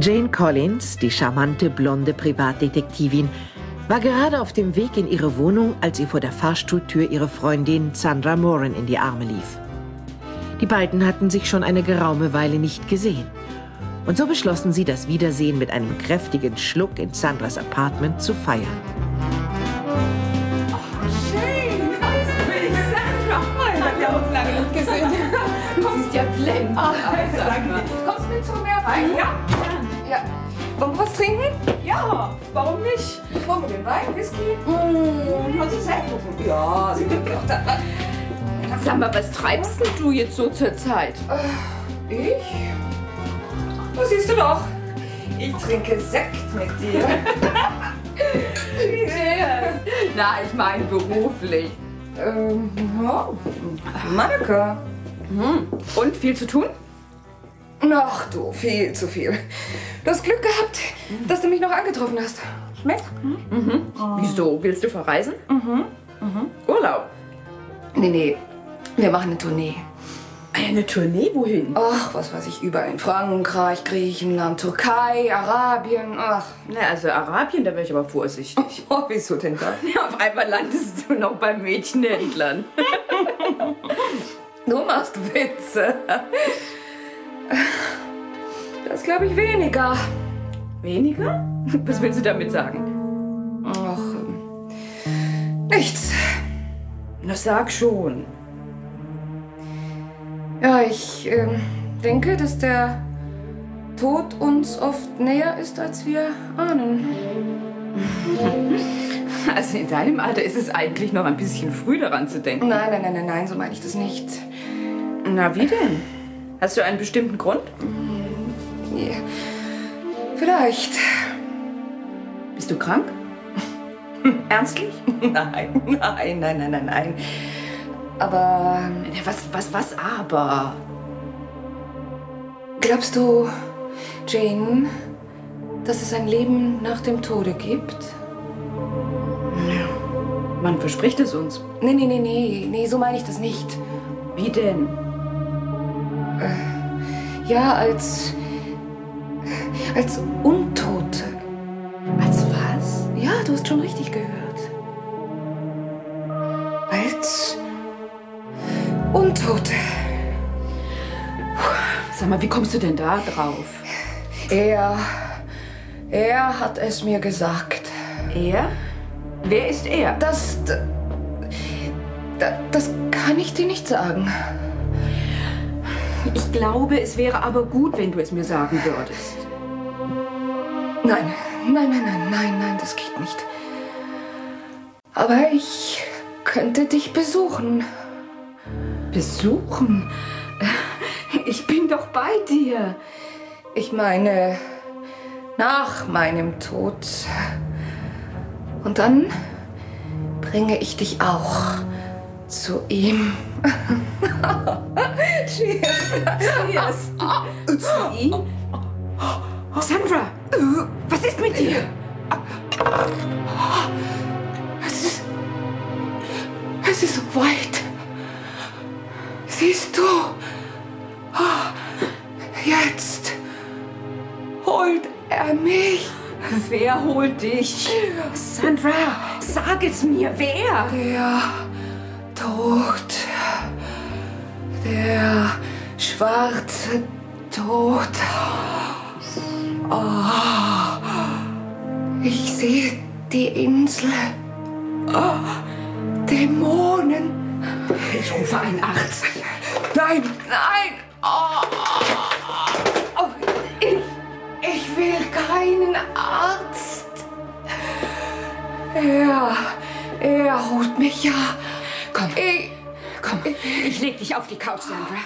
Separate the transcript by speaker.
Speaker 1: Jane Collins, die charmante blonde Privatdetektivin, war gerade auf dem Weg in ihre Wohnung, als ihr vor der Fahrstuhltür ihre Freundin Sandra Moran in die Arme lief. Die beiden hatten sich schon eine geraume Weile nicht gesehen. Und so beschlossen sie, das Wiedersehen mit einem kräftigen Schluck in Sandras Apartment zu feiern.
Speaker 2: Jane, grüß dich, Sandra. Moin, hat ja uns lange nicht gesehen.
Speaker 3: Du siehst ja blendend
Speaker 2: Ah,
Speaker 3: aus. Sag
Speaker 2: danke.
Speaker 3: mal.
Speaker 2: Kommst du mit zu mir rein? Ja. Ja.
Speaker 3: Wollen wir was trinken?
Speaker 2: Ja, warum nicht? Wollen wir den Wein, Whisky? Also
Speaker 3: Mmh.
Speaker 2: Kannst du selbst gucken? Ja, sie wird auch da.
Speaker 3: Sag mal, was treibst denn du jetzt so zur Zeit?
Speaker 2: Äh, Ich? Was siehst du doch? Ich trinke Sekt mit dir.
Speaker 3: Cheers. Na, ich meine beruflich.
Speaker 2: ähm, ja. Manneke.
Speaker 3: Und viel zu tun?
Speaker 2: Ach du, viel zu viel. Du hast Glück gehabt, dass du mich noch angetroffen hast. Schmeckt?
Speaker 3: Wieso? Willst du verreisen? Mhm. Urlaub.
Speaker 2: Nee, nee. Wir machen eine Tournee.
Speaker 3: Ah Eine Tournee? Wohin?
Speaker 2: Ach, was weiß ich, überall in Frankreich, Griechenland, Türkei, Arabien. Ach,
Speaker 3: Na, also Arabien, da wäre ich aber vorsichtig.
Speaker 2: oh, wieso denn da?
Speaker 3: Auf einmal landest du noch beim Mädchenhändlern.
Speaker 2: Du machst Witze. Das glaube ich weniger.
Speaker 3: Weniger? Was willst du damit sagen?
Speaker 2: Ach, ähm, nichts.
Speaker 3: Na, sag schon.
Speaker 2: Ja, ich ähm, denke, dass der Tod uns oft näher ist, als wir ahnen.
Speaker 3: Also in deinem Alter ist es eigentlich noch ein bisschen früh daran zu denken.
Speaker 2: Nein, nein, nein, nein, nein, so meine ich das nicht.
Speaker 3: Na, wie denn? Hast du einen bestimmten Grund?
Speaker 2: Ja, Vielleicht.
Speaker 3: Bist du krank? Ernstlich?
Speaker 2: Nein, nein, nein, nein, nein, nein. Aber ähm,
Speaker 3: Na, Was, was, was aber?
Speaker 2: Glaubst du, Jane, dass es ein Leben nach dem Tode gibt?
Speaker 3: Man verspricht es uns.
Speaker 2: Nee, nee, nee, nee, nee, so meine ich das nicht.
Speaker 3: Wie denn?
Speaker 2: Ja, als. als Untote.
Speaker 3: Als was?
Speaker 2: Ja, du hast schon richtig gehört. Als. Untote.
Speaker 3: Sag mal, wie kommst du denn da drauf?
Speaker 2: Er. er hat es mir gesagt.
Speaker 3: Er? Wer ist er?
Speaker 2: Das. das, das kann ich dir nicht sagen.
Speaker 3: Ich glaube, es wäre aber gut, wenn du es mir sagen würdest.
Speaker 2: Nein, nein, nein, nein, nein, nein, das geht nicht. Aber ich könnte dich besuchen.
Speaker 3: Besuchen? Ich bin doch bei dir.
Speaker 2: Ich meine, nach meinem Tod. Und dann bringe ich dich auch zu ihm.
Speaker 3: Yes. Zu ihm? Sandra, was ist mit dir?
Speaker 2: Es ist. Es ist so weit. Siehst du? Ah, Jetzt holt er mich.
Speaker 3: Wer holt dich? Sandra, sag es mir, wer?
Speaker 2: Der Tod. Der schwarze Tod. Ah, ich sehe die Insel. Ah, Dämonen.
Speaker 3: Ich rufe einen Arzt.
Speaker 2: Nein, nein. Ah, oh, ich, ich will keinen Arzt. Er, er holt mich ja.
Speaker 3: Komm,
Speaker 2: Ich,
Speaker 3: komm. Ich leg dich auf die Couch, Sandra.